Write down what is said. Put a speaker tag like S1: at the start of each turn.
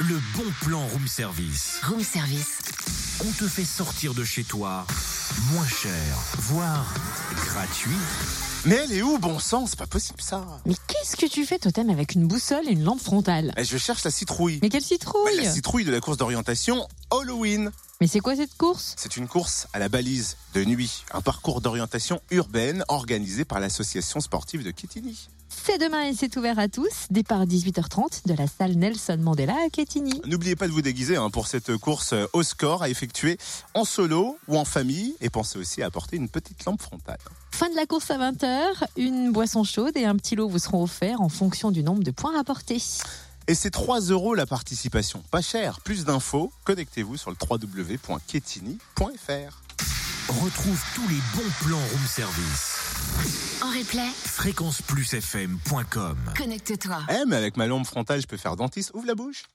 S1: Le bon plan room service.
S2: Room service.
S1: On te fait sortir de chez toi moins cher, voire gratuit.
S3: Mais elle est où, bon sang C'est pas possible ça.
S2: Mais qu'est-ce que tu fais, Totem, avec une boussole et une lampe frontale
S3: Eh, Je cherche la citrouille.
S2: Mais quelle citrouille
S3: Bah, la citrouille de la course d'orientation Halloween.
S2: Mais c'est quoi cette course
S3: C'est une course à la balise de nuit, un parcours d'orientation urbaine organisé par l'association sportive de Quétigny.
S2: C'est demain et c'est ouvert à tous. Départ 18h30 de la salle Nelson Mandela à Quetigny.
S3: N'oubliez pas de vous déguiser hein, pour cette course euh, au score à effectuer en solo ou en famille et pensez aussi à apporter une petite lampe frontale.
S2: Fin de la course à 20h, une boisson chaude et un petit lot vous seront offerts en fonction du nombre de points rapportés.
S3: Et c'est 3 euros la participation, pas cher. Plus d'infos, connectez-vous sur le www.quetigny.fr.
S1: Retrouve tous les bons plans room service.
S2: En replay,
S1: Fréquenceplusfm.com
S2: connecte-toi.
S3: Eh, mais avec ma lampe frontale, je peux faire dentiste. Ouvre la bouche.